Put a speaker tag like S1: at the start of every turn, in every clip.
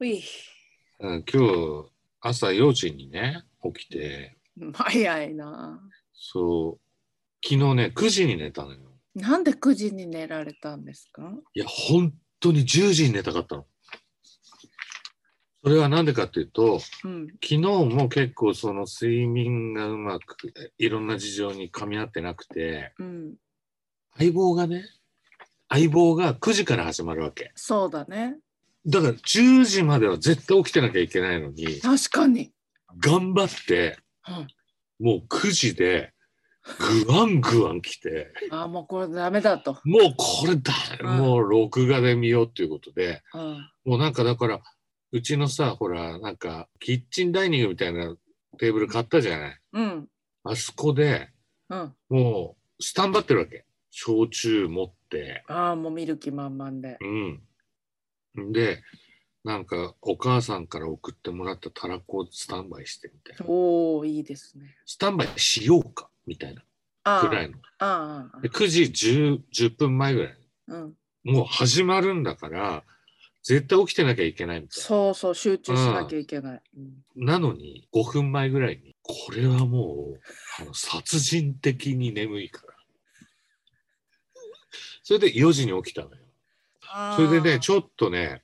S1: うい。
S2: うん、今日朝4時にね起きて
S1: 早いな。
S2: そう昨日ね9時に寝たのよ
S1: なんで9時に寝られたんですか
S2: いや本当に10時に寝たかったのそれは何でかっていうと
S1: うん。
S2: 昨日も結構その睡眠がうまくいろんな事情に噛み合ってなくて
S1: うん。
S2: 相棒がね相棒が9時から始まるわけ
S1: そうだね。
S2: だから10時までは絶対起きてなきゃいけないのに
S1: 確かに。
S2: 頑張って
S1: うん
S2: もう9時でぐわんぐわん来て
S1: あーもうこれダメだと。
S2: もうこれだ
S1: うん
S2: もう録画で見ようっていうことで
S1: うん。
S2: もうなんかだからうちのさほらなんかキッチンダイニングみたいなテーブル買ったじゃない
S1: うん。
S2: あそこで
S1: うん。
S2: もうスタンバってるわけ焼酎持って
S1: ああ、もう見る気満々で。
S2: うんでなんかお母さんから送ってもらったたらこをスタンバイしてみたいな
S1: おお、いいですね。
S2: スタンバイしようかみたいな
S1: あ
S2: くら
S1: ー
S2: いの
S1: あー、あ
S2: で
S1: ー
S2: 9時 10, 10分前ぐらい
S1: うん。
S2: もう始まるんだから絶対起きてなきゃいけないみたい
S1: そうそう、集中しなきゃいけない。うん
S2: ななのに5分前ぐらいにこれはもうあの殺人的に眠いからそれで4時に起きたのよそれでねちょっとね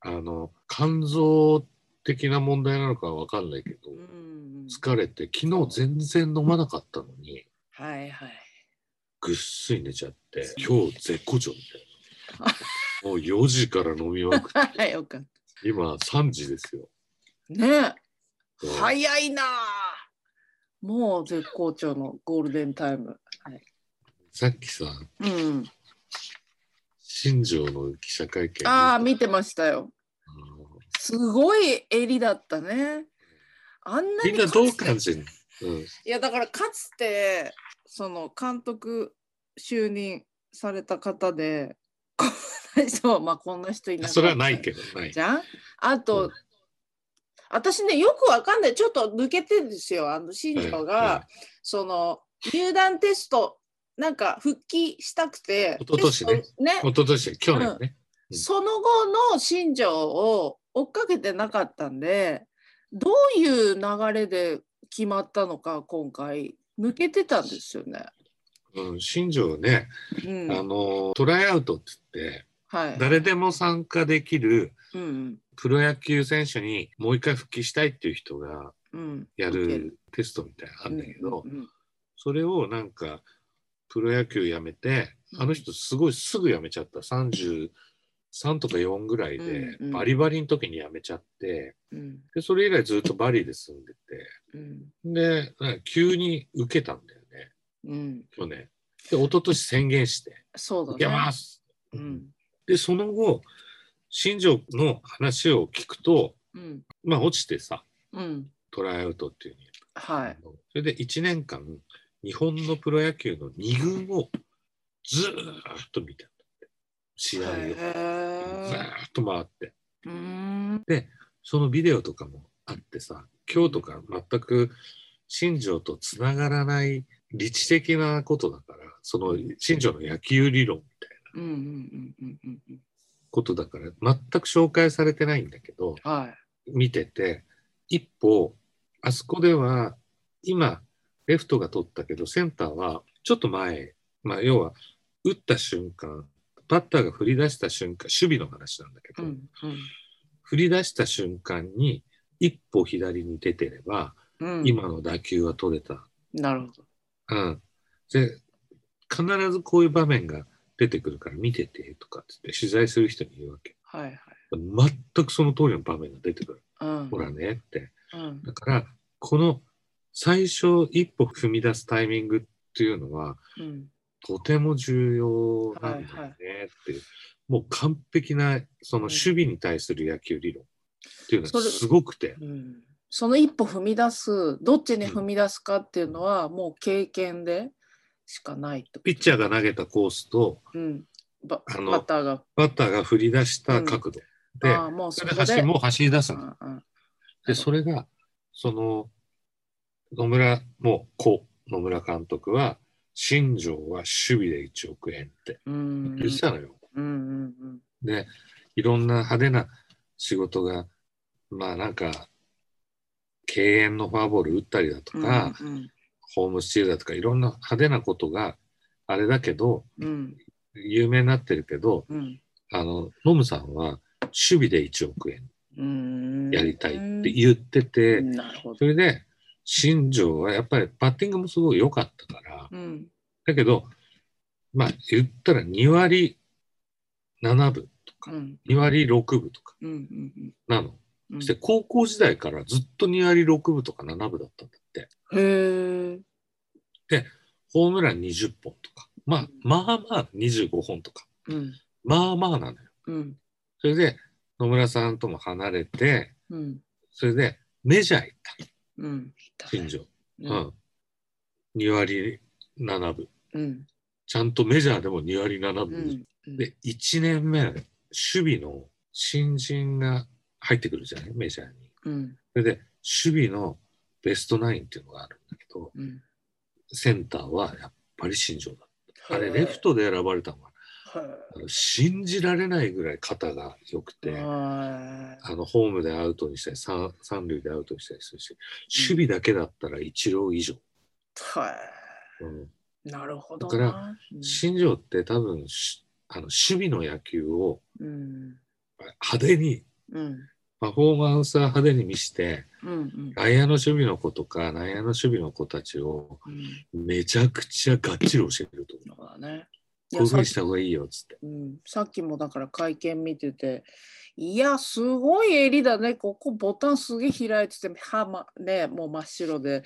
S2: あの肝臓的な問題なのかわかんないけど
S1: うんうん。
S2: 疲れて昨日全然飲まなかったのに
S1: はいはい。
S2: ぐっすり寝ちゃって今日絶好調みたいなもう4時から飲みまく っ
S1: よかって
S2: 今3時ですよ
S1: た。ねえ
S2: うん
S1: 早いなあもう絶好調のゴールデンタイム。
S2: さっきさ
S1: うん。
S2: 新庄の記者会見
S1: ああ、
S2: 見
S1: 見てましたよ。
S2: た
S1: すごい襟だったね。あんな
S2: み
S1: に
S2: んなどう
S1: か
S2: 感
S1: つ
S2: じるう
S1: て
S2: ん
S1: いやだからかつてその監督就任された方でこんな人まあこんな人いなかった
S2: それはないけどない
S1: じゃんあ
S2: う
S1: と
S2: ん
S1: 私ねよくわかんないちょっと抜けてるんですよあの新庄が、その入団テストなんか復帰したくて
S2: 一昨年ね
S1: テストね
S2: うん一昨年去年ね
S1: その後の新庄を追っかけてなかったんでどういう流れで決まったのか今回抜けてたんですよね。
S2: うん新庄ね
S1: う
S2: あ
S1: ん、
S2: のトライアウトって言って
S1: はい、
S2: 誰でも参加できる
S1: うん
S2: プロ野球選手にもう一回復帰したいっていう人が
S1: うん、
S2: や
S1: 受け
S2: るテストみたいなのあるんだけど
S1: うんうん
S2: それをなんかプロ野球やめて
S1: うん
S2: あの人すごいすぐ辞めちゃった33とか4ぐらいで
S1: うんうん
S2: バリバリの時に辞めちゃって
S1: うん
S2: でそれ以来ずっとバリで住んで
S1: うん
S2: てでなんか急に受けたんだよね
S1: うん、
S2: 去年で一昨年宣言して
S1: そうだ
S2: 受
S1: ね。
S2: けます、
S1: うん
S2: でその後新庄の話を聞くと
S1: うん
S2: まあ落ちてさ
S1: うん、
S2: トライアウトっていうに
S1: はい。
S2: それで1年間日本のプロ野球の2軍をずーっと見てた試合をずー
S1: へ
S2: っと回って
S1: え。うん
S2: そのビデオとかもあってさ今日とか全く新庄とつながらない理知的なことだからその新庄の野球理論みたいな
S1: うんうんうんうんうんうん。
S2: ことだから全く紹介されてないんだけど
S1: はい。
S2: 見てて一歩あそこでは今レフトが取ったけどセンターはちょっと前、まあ、要は打った瞬間バッターが振り出した瞬間守備の話なんだけ
S1: う
S2: ど、
S1: ん
S2: 振り出した瞬間に一歩左に出てれば
S1: うんうん。
S2: 今の打球は取れた、
S1: なるほど。
S2: うん、で必ずこういう場面が出てくるから見ててとかって言って取材する人に言うわけ
S1: はいはい。
S2: 全くその通りの場面が出てくる
S1: うん。
S2: ほらねって
S1: うん。
S2: だから、この最初一歩踏み出すタイミングっていうのは、
S1: うん。
S2: とても重要なんだよねっていう、もう完璧な、そ
S1: う
S2: の
S1: ん
S2: 守備に対する野球理論っていうの
S1: そ
S2: は
S1: れ
S2: すごくて、
S1: うんその一歩踏み出すどっちに踏み出すかっていうのは、もう経験でしかないってこと
S2: ピッチャーが投げたコースと、
S1: うん、バ
S2: あの
S1: バッターが
S2: バッターが振り出した角度で、
S1: ああもうそ
S2: それで
S1: こ
S2: 走
S1: で
S2: りもう走り出すの。
S1: うんうん
S2: で、それが、その、野村、もう、こう、野村監督は、新庄は守備で1億円って
S1: うん
S2: 言ってたのよ。
S1: うんうんうん
S2: でいろんな派手な守仕事が、まあなんか、敬遠のフォアボール打ったりだとか、
S1: うん
S2: ホームスチールだとか、いろんな派手なことがあれだけど、
S1: うん
S2: 有名になってるけど、
S1: うん
S2: あの、ノムさんは守備で1億円
S1: うん
S2: やりたいって言ってて、
S1: うんなるほど。
S2: それで、新庄はやっぱりバッティングもすごい良かったから、
S1: うん
S2: だけど、まあ言ったら2割7分と
S1: う
S2: か、
S1: ん
S2: 2割6分とか
S1: うんうん
S2: なの。
S1: うん
S2: そして高校時代からずっと2割6分とか7分だったんだって。
S1: へえ。
S2: ホームラン20本とか、まあまあまあ25本とか、
S1: うん
S2: まあまあなのよ。
S1: うん
S2: それで野村さんとも離れて、
S1: うん
S2: それでメジャー行った、
S1: うん。
S2: 新庄。
S1: う
S2: うんん。2割7分。
S1: うん
S2: ちゃんとメジャーでも2割7
S1: う
S2: 分
S1: ん
S2: で、1年目、守備の新人が入ってくるじゃない、メジャーに。
S1: うん
S2: それで、守備のベストナインっていうのがあるんだけど、
S1: うん。
S2: センターはやっぱり新庄だった。あれ、
S1: へー
S2: レフトで選ばれたのが、
S1: は
S2: あの信じられないぐらい肩が良く
S1: い
S2: て、
S1: は
S2: あのホームでアウトにしたり、三三塁でアウトにしたりするし、守備だけだったら一郎以上。
S1: いは
S2: うん
S1: いなるほど
S2: だから
S1: な。うん
S2: 新庄って多分しあの守備の野球を
S1: うん
S2: 派手に、
S1: うん
S2: パフォーマンスは派手に見して、
S1: うん
S2: 外野の守備の子とか内野の守備の子たちを
S1: うん。
S2: めちゃくちゃがっちり教えると思う。
S1: そうだね。いや
S2: こういうふう
S1: さっ
S2: にした方がいいよっつって。
S1: うん、さっきもだから会見見てて、いや、すごい襟だね、ここボタンすげえ開いてて、歯ま、ね、もう真っ白で、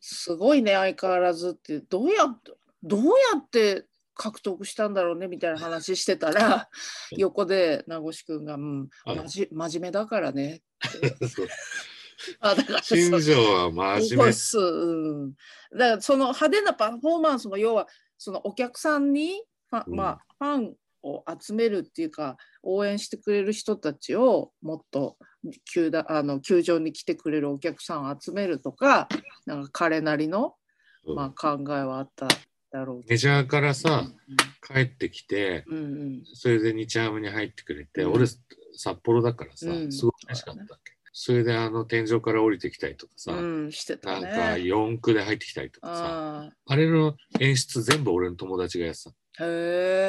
S1: すごいね、相変わらずって、どうやって、どうやって獲得したんだろうねみたいな話してた ら、横で名越くんが、うん、
S2: はい
S1: まじ真面目だからね。
S2: そう
S1: あだからそう
S2: 新庄は真面目。
S1: そううん、だからその派手なパフォーマンスも要はそのお客さんにファ,、
S2: うん
S1: まあ、ファンを集めるっていうか応援してくれる人たちをもっと球団あの球場に来てくれるお客さんを集めるとかなんか彼なりの、
S2: うん
S1: まあ、考えはあっただろう
S2: メジャーからさ、
S1: うん
S2: 帰ってきて、
S1: うんうん
S2: それで日ハムに入ってくれて、
S1: うん
S2: 俺、札幌だからさ
S1: う、ん
S2: すごく嬉しかったわけ。それであの天井から降りてきたりとかさ、
S1: うん、して
S2: な
S1: た
S2: んか
S1: ね。
S2: 4区で入ってきたりとかさ、
S1: あ
S2: あれの演出全部俺の友達がやってた。
S1: ーへ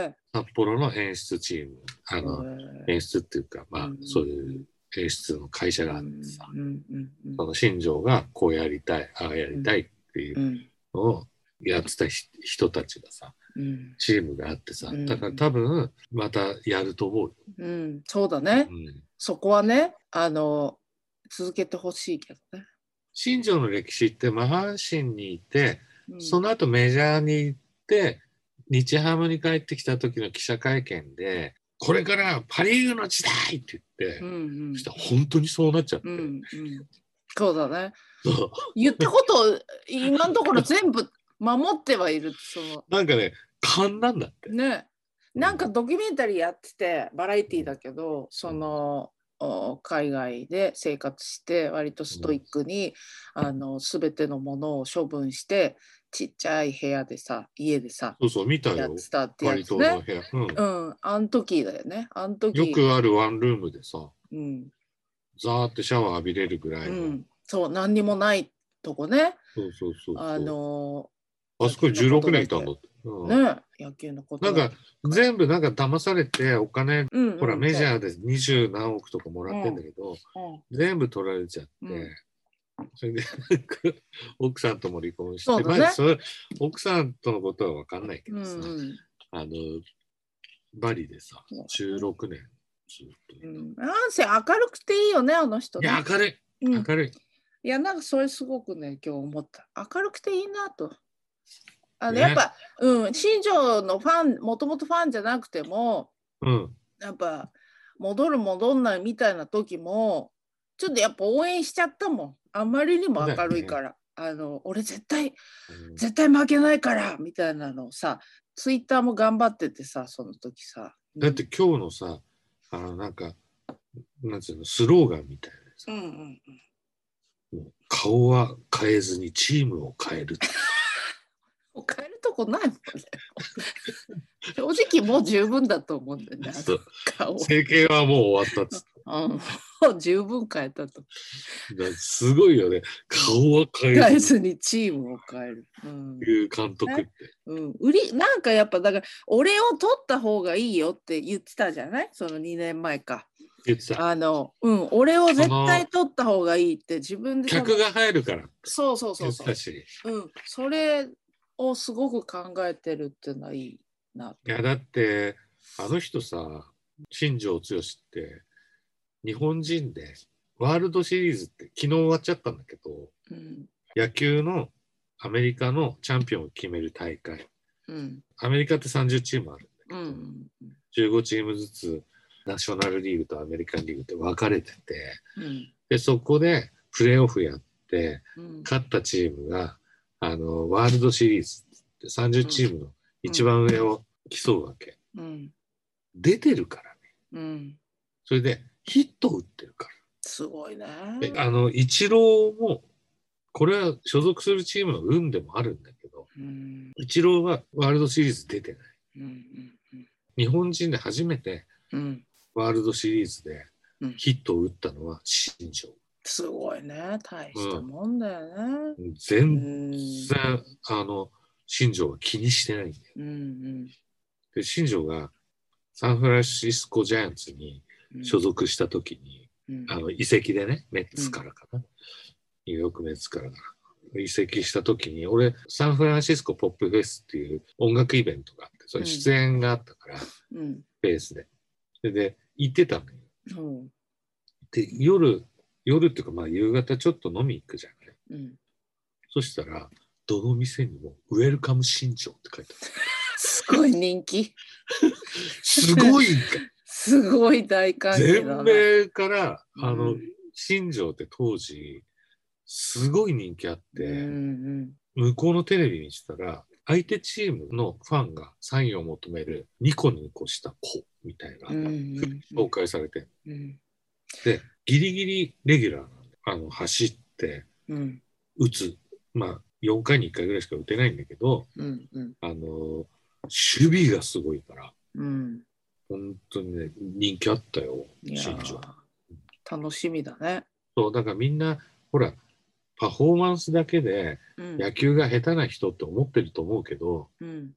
S1: え。
S2: 札幌の演出チーム、あの、演出っていうか、まあ
S1: う、ん
S2: そういう演出の会社があってさ、
S1: うんうんうん
S2: その新庄がこうやりたい、ああやりたいっていううんのをやってたひ人たちがさ、
S1: うん
S2: チームがあってさ
S1: う、ん
S2: だから多分またやると思うよ。
S1: うん、そうだね。
S2: うん
S1: そこはね、あの、続けてほしいけどね。
S2: 新庄の歴史って、マハンにいて、
S1: うん
S2: その後メジャーに行って、日ハムに帰ってきた時の記者会見で、これからパ・リーグの時代って言って、
S1: うんうん
S2: そしたら本当にそうなっちゃって、
S1: うんうん、そうだね。
S2: そう
S1: 言ったことを今のところ全部守ってはいる。その
S2: なんかね、勘なんだって。
S1: ね、なんかドキュメンタリーやっててバラエティだけど、その。お海外で生活して割とストイックに、あの全てのものを処分してちっちゃい部屋でさ家でさ
S2: そうそう、見た
S1: や
S2: よ
S1: っ。てたって
S2: バ
S1: や
S2: リ
S1: つ
S2: 島
S1: ね
S2: の。部屋。うん
S1: うん、あん時だよね。あん時
S2: よくあるワンルームでさ、
S1: うん、
S2: ザーってシャワー浴びれるぐら
S1: う
S2: いの。
S1: ん、そう、何にもないとこね。
S2: そうそうそうそう。
S1: あ
S2: あ
S1: の
S2: そこに16年いたんだって。うん
S1: ー、ね、野球のこと
S2: な
S1: だ
S2: んか、全部なんか騙されて、お金、
S1: うんうん、
S2: ほら、メジ
S1: ー、
S2: ャーで二十何億とかもらってんだけど、
S1: うん
S2: 全部取られちゃって、
S1: うん
S2: それで、 奥さんとも離婚して、
S1: そうだね
S2: まあそれ奥さんとのことは分かんないけ
S1: う
S2: ど
S1: ん
S2: さ、
S1: うん
S2: あの、バリでさ、16年、ずっ
S1: う。
S2: と
S1: ん、なんせ明るくていいよね、あの人
S2: い
S1: ね。
S2: や、明るい、
S1: うん、い
S2: 明るい。
S1: や、なんかそれすごくね、今日思った。明るくていいなと。あの
S2: ね
S1: やっぱ、うん、新庄のファン、もともとファンじゃなくても、
S2: うん。
S1: やっぱ戻る戻んないみたいな時もちょっとやっぱ応援しちゃったもんあまりにも明るいから、あの俺絶対
S2: うん
S1: 絶対負けないからみたいなのをさツイッターも頑張っててさその時さ
S2: だって今日のさ、あのなんか、なんつうの、スローガンみたいなさ
S1: うん、うん
S2: もう顔は変えずにチームを変えるって。
S1: うん変えるととこないもんね。正直もう十分だと思うんだよね。
S2: そう
S1: 顔
S2: 整形はもう終わったっつっ
S1: うん、もう十分変えたと。
S2: てだからすごいよね顔は変え
S1: 変え
S2: る
S1: ずにチームを変える。うん
S2: っていう監督って
S1: うん、売りなんかやっぱだから俺を取った方がいいよって言ってたじゃないその2年前か。
S2: 言ってた
S1: あのうん俺を絶対取った方がいいって自分で多分
S2: 客が入るからって
S1: そうそうそ
S2: 言
S1: う
S2: っ
S1: そ
S2: て
S1: う
S2: た、し
S1: うん、それをすごく考えてるっていうのはいいな。
S2: いやだってあの人さ新庄剛志って日本人でワールドシリーズって昨日終わっちゃったんだけど
S1: うん
S2: 野球のアメリカのチャンピオンを決める大会
S1: うん
S2: アメリカって30チームある
S1: うんうん
S2: 15チームずつナショナルリーグとアメリカンリーグって分かれてて
S1: うん
S2: でそこでプレーオフやって
S1: うん
S2: 勝ったチームがあのワールドシリーズって30チームの一番上を競うわけ
S1: うん
S2: 出てるからね
S1: うん
S2: それでヒットを打ってるか
S1: すごいね。
S2: らであのイチローもこれは所属するチームの運でもあるんだけど
S1: うん
S2: イチローはワールドシリーズ出てない
S1: うんうん
S2: 日本人で初めて
S1: うん
S2: ワールドシリーズで
S1: うん
S2: ヒットを打ったのは新庄
S1: すごいね大したもんだよね。う
S2: 全
S1: ん
S2: 然あの新庄は気にしてないんだよ
S1: うん
S2: で新庄がサンフランシスコジャイアンツに
S1: うん
S2: 所属した時に、
S1: うん
S2: あの移籍でねメッツからかな、ニューヨークメッツからかな移籍した時に俺サンフランシスコポップフェスっていう音楽イベントがあってそれ出演があったから、
S1: うん
S2: ベースでそれで行ってたのよ
S1: うん
S2: で夜夜っていうかまあ夕方ちょっと飲み行くじゃない
S1: うん
S2: そしたらどの店にも「ウェルカム新庄」って書いてある
S1: すごい人気
S2: すごい
S1: すごい大歓喜だ
S2: 全
S1: な。
S2: 米からあの、
S1: うん
S2: 新庄って当時すごい人気あって、
S1: うん
S2: 向こうのテレビ見てたら相手チームのファンがサインを求めるニコニコした子みたいな、
S1: うんうん
S2: 紹介されて
S1: うん
S2: ギリギリレギュラーなんであの走って
S1: うん
S2: 打つまあ4回に1回ぐらいしか打てないんだけど
S1: うんうん
S2: あの守備がすごいから
S1: うん
S2: 本当にね人気あったよ
S1: いや
S2: 新
S1: ー
S2: 庄
S1: 楽しみだね。
S2: そうだからみんなほらパフォーマンスだけで
S1: うん
S2: 野球が下手な人って思ってると思うけど
S1: うん、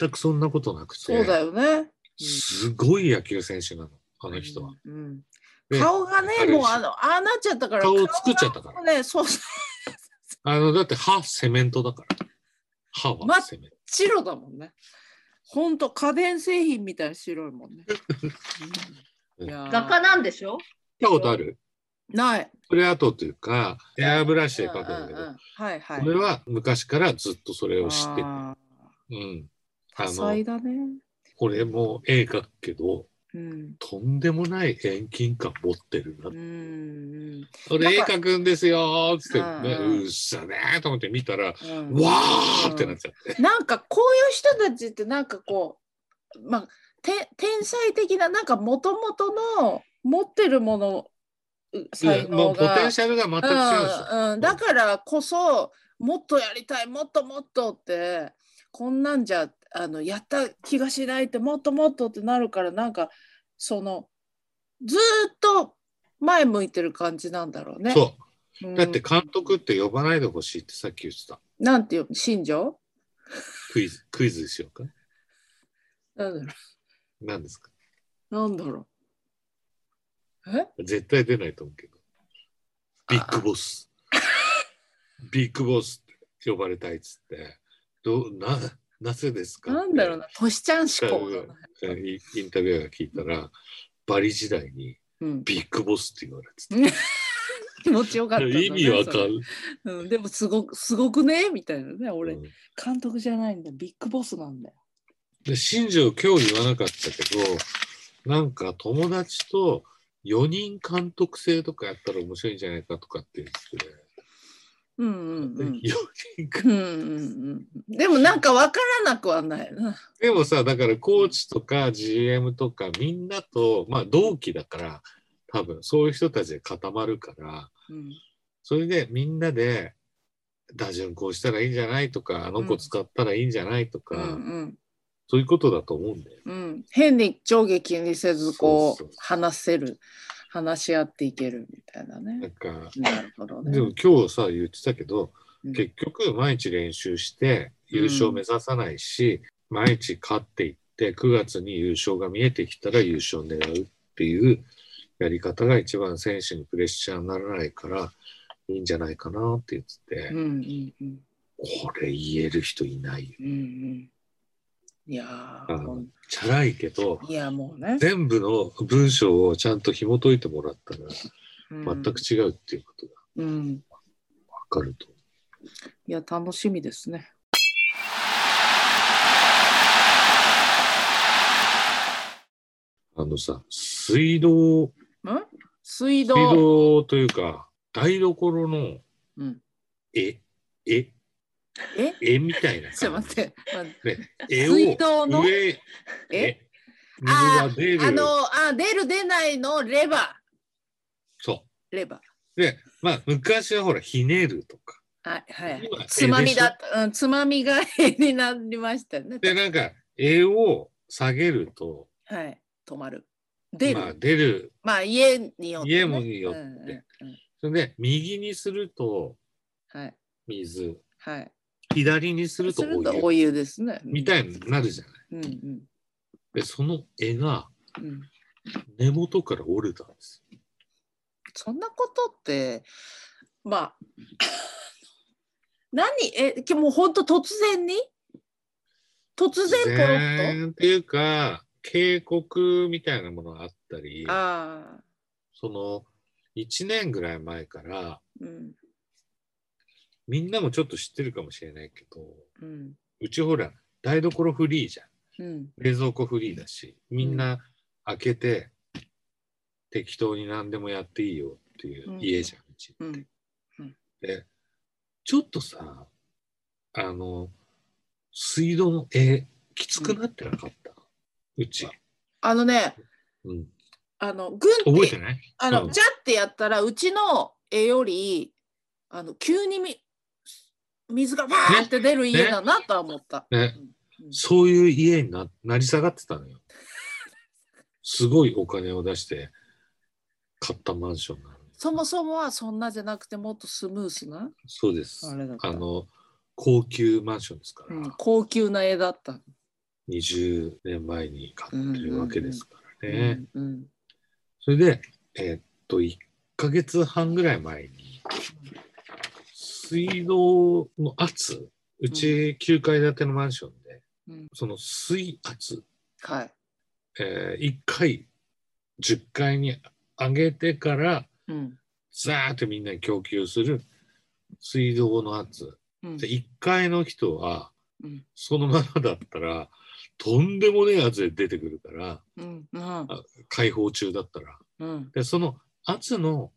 S2: 全くそんなことなくて
S1: そうだよね。
S2: すごい野球選手なのあの人は。
S1: うん
S2: で
S1: 顔がね
S2: 明、るいし
S1: もうあの、ああなっちゃったから。
S2: 顔を作っちゃった
S1: 顔
S2: から。
S1: がね、そう、
S2: あのだって歯セメントだから。歯は
S1: ま
S2: セメント。
S1: 白だもんね。ほんと家電製品みたいに白いもんね。うんいやー
S3: 画家なんでしょ
S2: 見たことある
S1: ない。
S2: それ跡というかエアブラシで描くんだけ
S1: うんうんう
S2: ど
S1: んはいはい。
S2: 俺は昔からずっとそれを知ってて。
S1: あ
S2: うん、
S1: ー
S2: あ
S1: 多彩
S2: の
S1: だね。
S2: 俺も絵描くけど
S1: うん。
S2: とんでもない遠近感持ってるな
S1: うんうん
S2: 俺絵描くんですよーっつって、
S1: うん
S2: ね、
S1: うん
S2: うっさねーと思って見たら、わ
S1: うん。
S2: ーってなっちゃって、
S1: なんかこういう人たちってなんかこう、まあ、て天才的ななんかもともとの持ってるものう才
S2: も
S1: 能
S2: うポテ
S1: が
S2: ンシャルが全く違うんですよ。
S1: うんうん、だからこそもっとやりたいもっともっとってこんなんじゃあのやった気がしないってもっともっとってなるからなんかそのずーっと前向いてる感じなんだろうね。
S2: そうう。
S1: ん
S2: だって監督って呼ばないでほしいってさっき言ってた。
S1: なんていう新庄
S2: クイズ、クイズにしようか。
S1: なんだろ
S2: 何ですか
S1: うなんだろうえ
S2: 絶対出ないと思うけど。ビッグボス。ビッグボスって呼ばれたいっつって。どう、な、なぜですか
S1: なんだろうな、トシちゃん思考だな。
S2: ってインタビュアーが聞いたら、バリ時代に
S1: うん、
S2: ビッグボスって言われてた。
S1: 気持ちよかったんだね、
S2: 意味わか
S1: それ
S2: る。
S1: うん。でもすごく、すごくねみたいなね。俺、
S2: うん
S1: 監督じゃないんだよ、ビッグボスなんだよ。
S2: で新庄今日言わなかったけどなんか友達と4人監督制とかやったら面白いんじゃないかとかって言っ
S1: うんうん
S2: て、
S1: うん。
S2: 4人か
S1: うんうんうん、でもなんかわからなくはないな。
S2: でもさだからコーチとか GM とかみんなとまあ同期だから多分そういう人たちで固まるから
S1: うん
S2: それでみんなで打順こうしたらいいんじゃないとか、あの子使ったらいいんじゃないと
S1: う
S2: か、
S1: ん
S2: そういうことだと思うんだよ。
S1: うんうん、変に上下気にせずこ
S2: そううそう
S1: 話せる話し合っていけるみたいな
S2: なん
S1: ね。
S2: か、
S1: なるほどね
S2: で。も今日さ、言ってたけど、
S1: うん
S2: 結局毎日練習して優勝目指さないし、毎日勝っていって9月に優勝が見えてきたら優勝を狙うっていうやり方が一番選手にプレッシャーにならないからいいんじゃないかなって言ってて
S1: うん、うんうん
S2: これ言える人いないよ
S1: うんうん。いやー
S2: あの
S1: ほん
S2: チャラいけど
S1: いやもうね。
S2: 全部の文章をちゃんと紐解いてもらったら
S1: うん
S2: 全く違うっていうことが
S1: うん。
S2: 分かると。
S1: いや楽しみですね。
S2: あのさ水道
S1: ん水
S2: 水
S1: 道。
S2: 道というか台所の
S1: うん、
S2: 絵絵
S1: え
S2: 絵みたいな
S1: ちょっと
S2: 感
S1: 待っ
S2: じ。
S1: て。待って
S2: 絵を
S1: 水道の
S2: 上
S1: え
S2: え水が出
S1: あ
S2: る。
S1: のあ出る出ないのレバ
S2: そ
S1: ーレバー。
S2: う。で、まあ昔はほらひねるとか。
S1: はいはい
S2: 今。
S1: つまみだった、うん、つまみが絵になりましたよね。
S2: でなんか絵を下げると、
S1: はい。止まる。出る。ま
S2: ま
S1: あ
S2: あ、出る。
S1: 家によって、ね。
S2: 家もによって
S1: うんうんうん
S2: それで右にすると
S1: はい
S2: 水、
S1: はい。
S2: 左にすると
S1: する
S2: お
S1: と
S2: 湯
S1: お湯ですね。
S2: みたいになるじゃ
S1: う
S2: ない。
S1: んうん
S2: でその絵が
S1: うん。
S2: 根元から折れたんですよ。
S1: そんなことってまあ 何えきもう本当突然に突然ポロッ
S2: 然っていうか警告みたいなものがあったり
S1: と。ああ
S2: その1年ぐらい前から
S1: うん
S2: みんなもちょっと知ってるかもしれないけど
S1: うん
S2: うちほら台所フリーじゃん
S1: うん
S2: 冷蔵庫フリーだしみんな開けて適当に何でもやっていいよっていう家じゃん、うち
S1: う
S2: っ
S1: ん
S2: て。でちょっとさあの水道の絵きつくなってなかった、うち、
S1: あのね
S2: うん、
S1: あのグンっ
S2: 覚え
S1: て
S2: てない
S1: あ
S2: う
S1: の
S2: ん
S1: ジャってやったらうちの絵よりあの急にみ水がわーって出る家だなとは思った。
S2: ね
S1: う、ん
S2: そういう家にな成り下がってたのよ。すごいお金を出して買ったマンションなの。
S1: そもそもはそんなじゃなくてもっとスムースな、
S2: そうです。
S1: あれだった
S2: あの、高級マンションですか
S1: う
S2: ら、
S1: ん、高級な絵だった。
S2: 20年前に買ってるわけですからね。
S1: うんうん
S2: それで、えーっと、1ヶ月半ぐらい前に、水道の圧、うち9階建てのマンションで、
S1: うん
S2: その水圧、
S1: はい。
S2: え1回10回に上げてから
S1: うん。
S2: ザーってみんなに供給する水道の圧
S1: うん
S2: で1回の人は
S1: うん
S2: そのままだったらとんでもねえ圧で出てくるから
S1: うん。うん
S2: 解放中だったら
S1: うん。
S2: でその圧の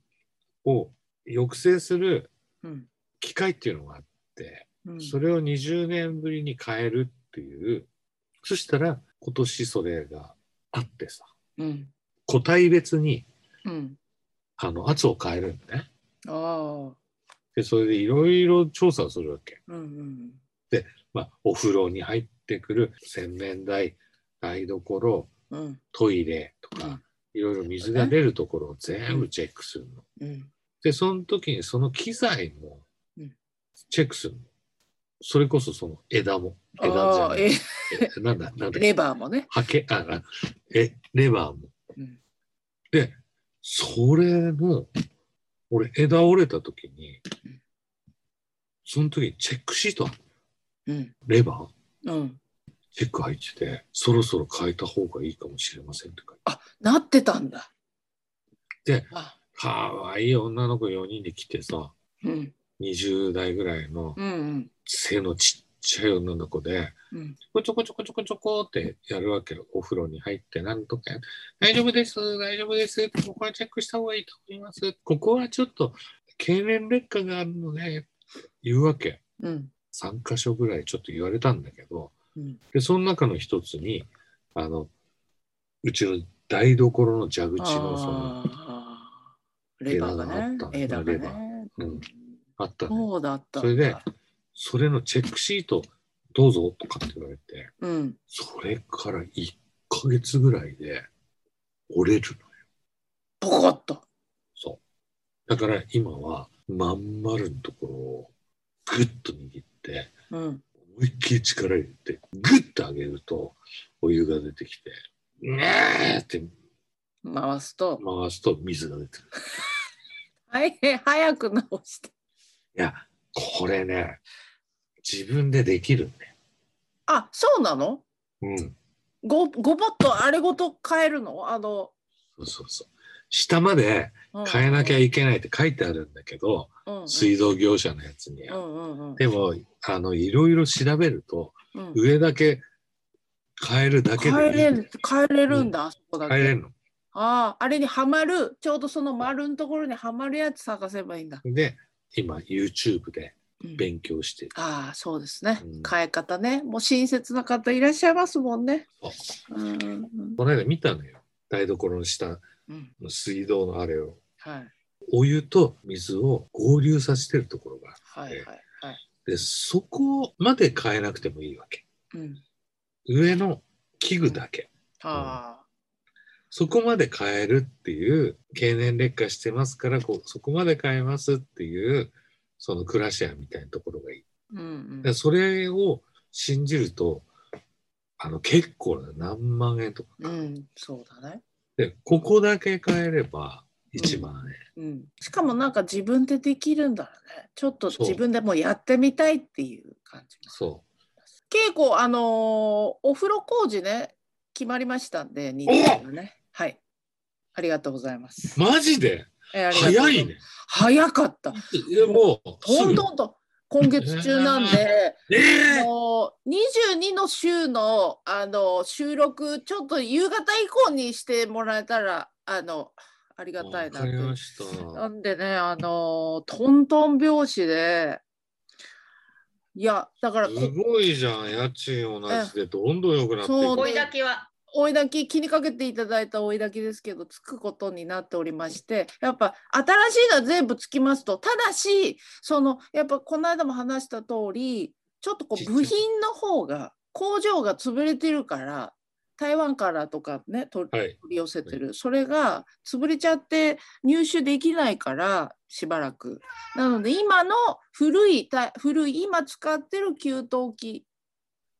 S2: を抑制する
S1: うん
S2: 機械っていうのがあって
S1: うん。
S2: それを20年ぶりに変えるっていうそしたら今年それがあってさ
S1: うん。
S2: 個体別に
S1: うん。
S2: あの圧を変えるんだね。
S1: ああ。
S2: でそれでいろいろ調査をするわけ。
S1: うん。うん。
S2: まあ、お風呂に入ってくる洗面台台所
S1: うん。
S2: トイレと
S1: う
S2: か
S1: ん
S2: いろいろ水が出るところを全部チェックするの。
S1: うん。
S2: でその時にその機材も
S1: うん
S2: チェックするの。それこそその枝も枝じゃ
S1: あ
S2: な
S1: あ、
S2: い
S1: え、
S2: えなんだなんだ
S1: レバーもね。
S2: はけああえレバーも。
S1: うん
S2: でそれの俺枝折れた時に
S1: うん
S2: その時にチェックシートある
S1: うん。
S2: レバー
S1: うん。
S2: チェック入っててそろそろ変えた方がいいかもしれませんとか
S1: あ、なってたんだ。
S2: で
S1: あ。
S2: かわいい女の子4人で来てさ
S1: うん。
S2: 20代ぐらいの
S1: うん。うん。
S2: 背のちっちゃい女の子で
S1: うん。
S2: こちょこちょこちょこちょこってやるわけよ。お風呂に入って、なんとかや大丈夫です、大丈夫です。ここはチェックした方がいいと思います。ここはちょっと、経年劣化があるので、言うわけ。
S1: うん。
S2: 3箇所ぐらいちょっと言われたんだけど、
S1: うん
S2: で、その中の一つに、あの、うちの台所の蛇口のそ
S1: あ
S2: の、
S1: あ。レバーがね。枝
S2: 枝が
S1: が
S2: あったレバ
S1: ね。
S2: うんあったね。
S1: そうだったんだ
S2: それでそれのチェックシートどうぞとかって言われて、
S1: うん、
S2: それから1ヶ月ぐらいで折れるのよ。
S1: ポコッと。
S2: そう。だから今はまん丸のところをグッと握って、
S1: うん、
S2: 思いっきり力入れて、グッと上げるとお湯が出てきて、ねーって
S1: 回すと。
S2: 回すと水が出てくる。
S1: 大変早く直して。
S2: いや、これね、自分でできるね。
S1: あ、そうなの
S2: うん。
S1: ごごぼっとあれごと変えるのあの、
S2: そうそうそう。下まで
S1: うん
S2: 変えなきゃいけないって書いてあるんだけど、
S1: うんうん
S2: 水道業者のやつに
S1: う。んうんうん
S2: でも、あの、いろいろ調べると、
S1: うん
S2: 上だけ変えるだけ
S1: 変え
S2: でいい
S1: れ
S2: んだ
S1: る
S2: よ。
S1: 変えれるんだ、あそこだけ
S2: 変えれるの。
S1: あああれにはまるちょうどその丸のところにはまるやつ探せばいいんだ、
S2: で、今、YouTube で
S1: うん
S2: 勉強してる。
S1: ああそうですね、
S2: うん
S1: 変え方ねもう親切な方いらっしゃいますもんね
S2: そう
S1: うんうん
S2: この間見たのよ。台所の下
S1: うん
S2: の水道のあれを。
S1: はい
S2: お湯と水を合流させてるところがある。
S1: はいはいはい
S2: で、そこまで変えなくてもいいわけ。
S1: うん
S2: 上の器具だけ。
S1: ああ
S2: そこまで変えるっていう、経年劣化してますから、こうそこまで変えますっていう、そのクラシアみたいなところがいい。
S1: うんうん
S2: でそれを信じると、あの結構な何万円とか。
S1: うんそうだね
S2: で、ここだけ変えれば1万円。
S1: うんしかもなんか自分でできるんだねちょっと
S2: そう
S1: 自分でもやってみたいっていう感じも
S2: そ
S1: 結構あのーお風呂工事ね決まりましたんで認定がねはいありがとうございます
S2: う。、マジで
S1: えーありがとうござ
S2: 早
S1: ます
S2: いね。
S1: 早かった
S2: いやもう、
S1: ど
S2: す
S1: ん
S2: ぐ
S1: どんと今月中なんで、
S2: ええ
S1: もう22の週のあの収録ちょっと夕方以降にしてもらえたらあのありがたいな
S2: わか
S1: と
S2: りました。
S1: なんでね、あのートントン拍子で、いや、だからこ、
S2: すごいじゃん、家賃同じでどんどん良くなってい
S1: そう
S3: 追
S2: く
S3: いだけは
S1: 追いだき、気にかけていただいた追いだきですけど、つくことになっておりまして、やっぱ新しいのは全部つきますと、ただし、その、やっぱこの間も話した通り、ちょっとこ
S2: ちっち
S1: う
S2: ゃい
S1: 部品の方が、工場が潰れてるから、台湾からとかね、と
S2: はい。
S1: 取り寄せてる、それが潰れちゃって入手できないからしばらくなので今の古いた古い今使ってる給湯器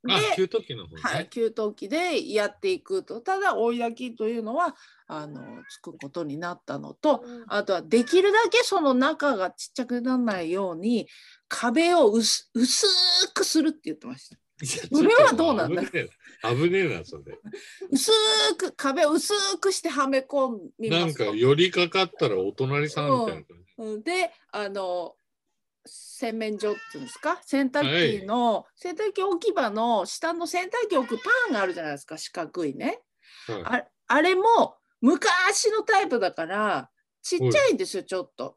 S1: で
S2: あ、給湯器の方ね。
S1: はい、給湯器でやっていくとただ追い焼きというのはあのつくことになったのとあとはできるだけその中がちっちゃくならないように壁を薄薄くするって言ってました。それはどうなんだ
S2: 危ねえな危ねえな、それ。
S1: 薄く壁を薄くしてはめ込みます
S2: なんか、寄りかかったらお隣さんみたいな。
S1: うんであの洗面所っていうんですか洗濯機の、洗濯機置き場の下の洗濯機置くパンがあるじゃないですか四角いね
S2: はい
S1: ああれも昔のタイプだからちっちゃいんですよちょっと、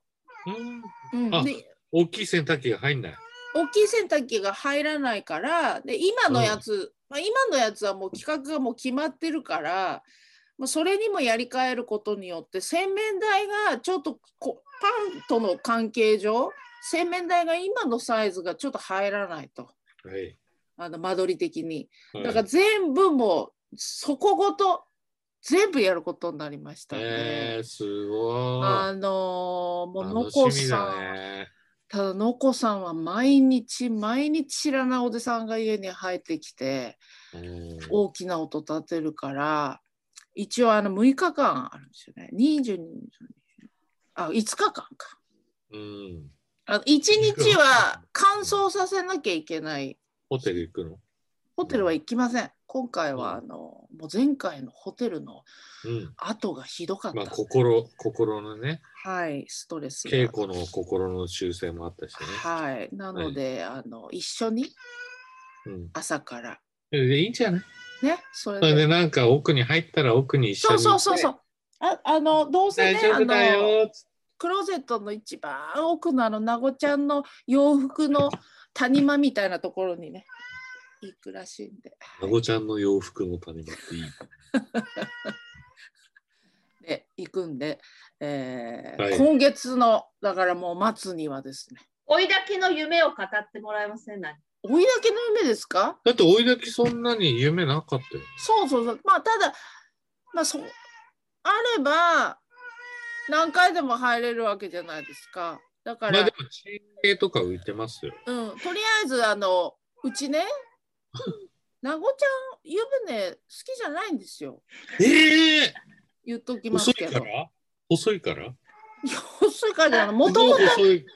S2: うん
S1: うん、
S2: あ
S1: で
S2: 大きい洗濯機が入んない。
S1: 大きい洗濯機が入らないからで今のやつ、まあ、今のやつはもう企画がもう決まってるから、まあ、それにもやり替えることによって洗面台がちょっとこパンとの関係上洗面台が今のサイズがちょっと入らないと
S2: はい。
S1: あの間取り的に
S2: はい
S1: だから全部もう底ごと全部やることになりましたんで、
S2: えー、すごい。
S1: あのーもうの
S2: 楽
S1: こ
S2: しみ
S1: さん
S2: だね。
S1: ただのこさんは毎日毎日知らないおじさんが家に入ってきて
S2: うん
S1: 大きな音立てるから一応あの6日間あるんですよね22あ5日間か
S2: うん。
S1: あ1日は乾燥させなきゃいけない
S2: ホテル行くの
S1: ホテルは行きません今回はあのもう前回のホテルの
S2: うん。
S1: 後がひどかった、
S2: まあ、心、心のね、
S1: はいストレスが
S2: 稽古の心の修正もあったしね。
S1: はいなので、あの一緒に
S2: うん。
S1: 朝から
S2: で、いいんじゃない
S1: ねそれ
S2: それでなんか奥に入ったら奥に一緒
S1: そう
S2: に行って
S1: そうそうそう。ああのどうせ
S2: 大
S1: ね
S2: 丈
S1: あ
S2: 夫だ
S1: の
S2: よっつっ
S1: クローゼットの一番奥のあのなごちゃんの洋服の 谷間みたいなところにね行くらしいんで
S2: て。孫ちゃんの洋服の谷間っていい。
S1: で行くんで、えー
S2: はい
S1: 今月のだからもう末にはですね
S3: 追いだけの夢を語ってもらえません何
S1: 追いだけの夢ですか
S2: だって追いだきそんなに夢なかったよ。
S1: そうそうそうまあただまあそうあれば何回でも入れるわけじゃないですかだ
S2: ま
S1: か
S2: あで
S1: ら、
S2: も地形とか浮いてますよ。
S1: うんとりあえずあのうちねなごちゃん湯船好きじゃないんですよ
S2: ええ
S1: 言っときます
S2: 遅
S1: け
S2: いか
S1: ど
S2: ら遅いから
S1: 細いからじゃないもと
S2: も
S1: も
S2: う遅い。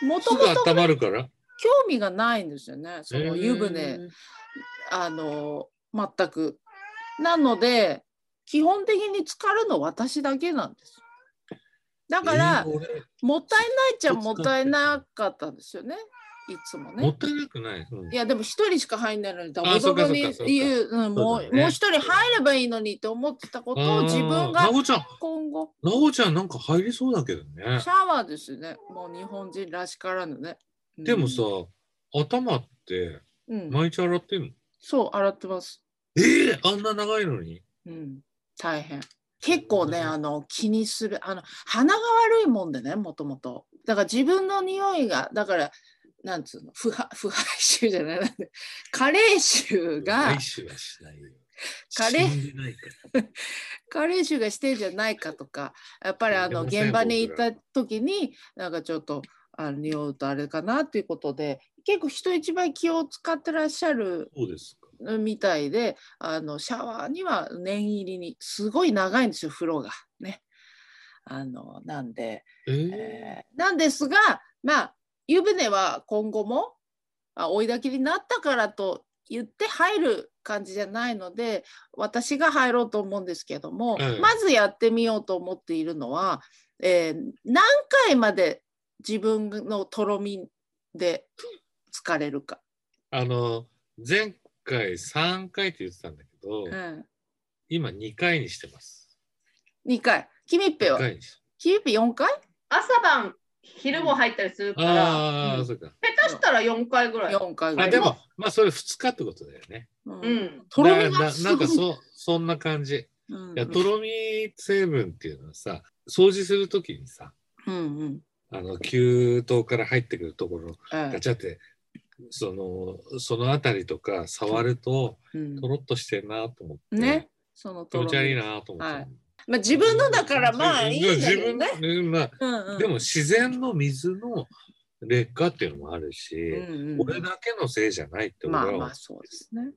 S1: とも
S2: す
S1: と
S2: ぐ
S1: もと
S2: 温まるから。
S1: 興味がないんですよねその湯船、
S2: えー
S1: あの全くなので基本的に浸かるの私だけなんですだから、
S2: えー俺
S1: もったいないっちゃもったいな
S2: ず
S1: かったんですよねいつも
S2: も
S1: ね
S2: っ。たいなくない。うん
S1: いやでも一人しか入んないのにダ
S2: あ
S1: ボ
S2: そ
S1: ダ
S2: うか
S1: ボに
S2: そうかそうか
S1: 言う、うん、もう
S2: そうだね
S1: もう一人入ればいいのにって思ってたことを自分
S2: あー
S1: が
S2: なごちゃん、
S1: 今後
S2: なごちゃんなんか入りそうだけどね
S1: シ。ャワーですねもう日本人らしからぬね。うん
S2: でもさ、、頭って
S1: うん、
S2: 毎日洗ってんの、
S1: そう洗ってます。
S2: ええあんな長いのに
S1: うん、大変。結構ね、あの気にするあの鼻が悪いもんでねもともとだから自分の匂いがだからなんつうの腐敗腐敗臭じゃないなんで加齢臭が
S2: 来週はしないよ。
S1: カレー
S2: 死んでないから
S1: 加齢臭がしてんじゃないかとかやっぱりあの
S2: いやでも
S1: 現場に行った時になんかちょっとあの匂うとあれかなということで結構人一倍気を使ってらっしゃる
S2: そうですか。
S1: みたいであのシャワーには念入りにすごい長いんですよ風呂がね。あのなんで、
S2: えー
S1: えーなんですがまあ湯船は今後もあ追いだきになったからと言って入る感じじゃないので私が入ろうと思うんですけども、
S2: うん
S1: まずやってみようと思っているのは、えー何回まで自分のとろみで疲れるか。
S2: あの前回3回って言ってたんだけど、
S1: うん
S2: 今2回にしてます。
S1: 2回。キミッペ
S2: 2
S1: は
S2: 回にして
S1: キミッペ4回
S3: 朝晩昼も入ったりするから、
S2: ああ、
S1: うん
S2: そうか。
S3: 下手したら4回ぐらい。
S1: ?4 回ぐら
S2: あ
S1: い。
S2: でも、まあそれ2日ってことだよね。
S1: うん、
S3: うん。
S1: とろみ
S2: だ
S1: が
S2: な
S1: す
S2: なん
S1: ごい
S2: かそそんな感じ。い
S1: うん
S2: やとろみ成分っていうのはさ掃除するときにさ
S1: うんうん
S2: あの給湯から入ってくるところ
S1: え
S2: ガチャってそのその辺りとか触ると
S1: えうん
S2: とろっとしてんなと思って、
S1: ね、その
S2: 気
S1: と
S2: 持
S1: ろ
S2: ち悪い
S1: み。
S2: なと思って、
S1: はいまあ、自分のだからまあいいんだ
S2: 自
S1: けど
S2: 分
S1: ね。
S2: うんまあ
S1: うんうん
S2: でも、自然の水の劣化っていうのもあるし、
S1: うんうん
S2: 俺だけのせいじゃないって俺
S1: まあ
S2: は
S1: まあそうですね。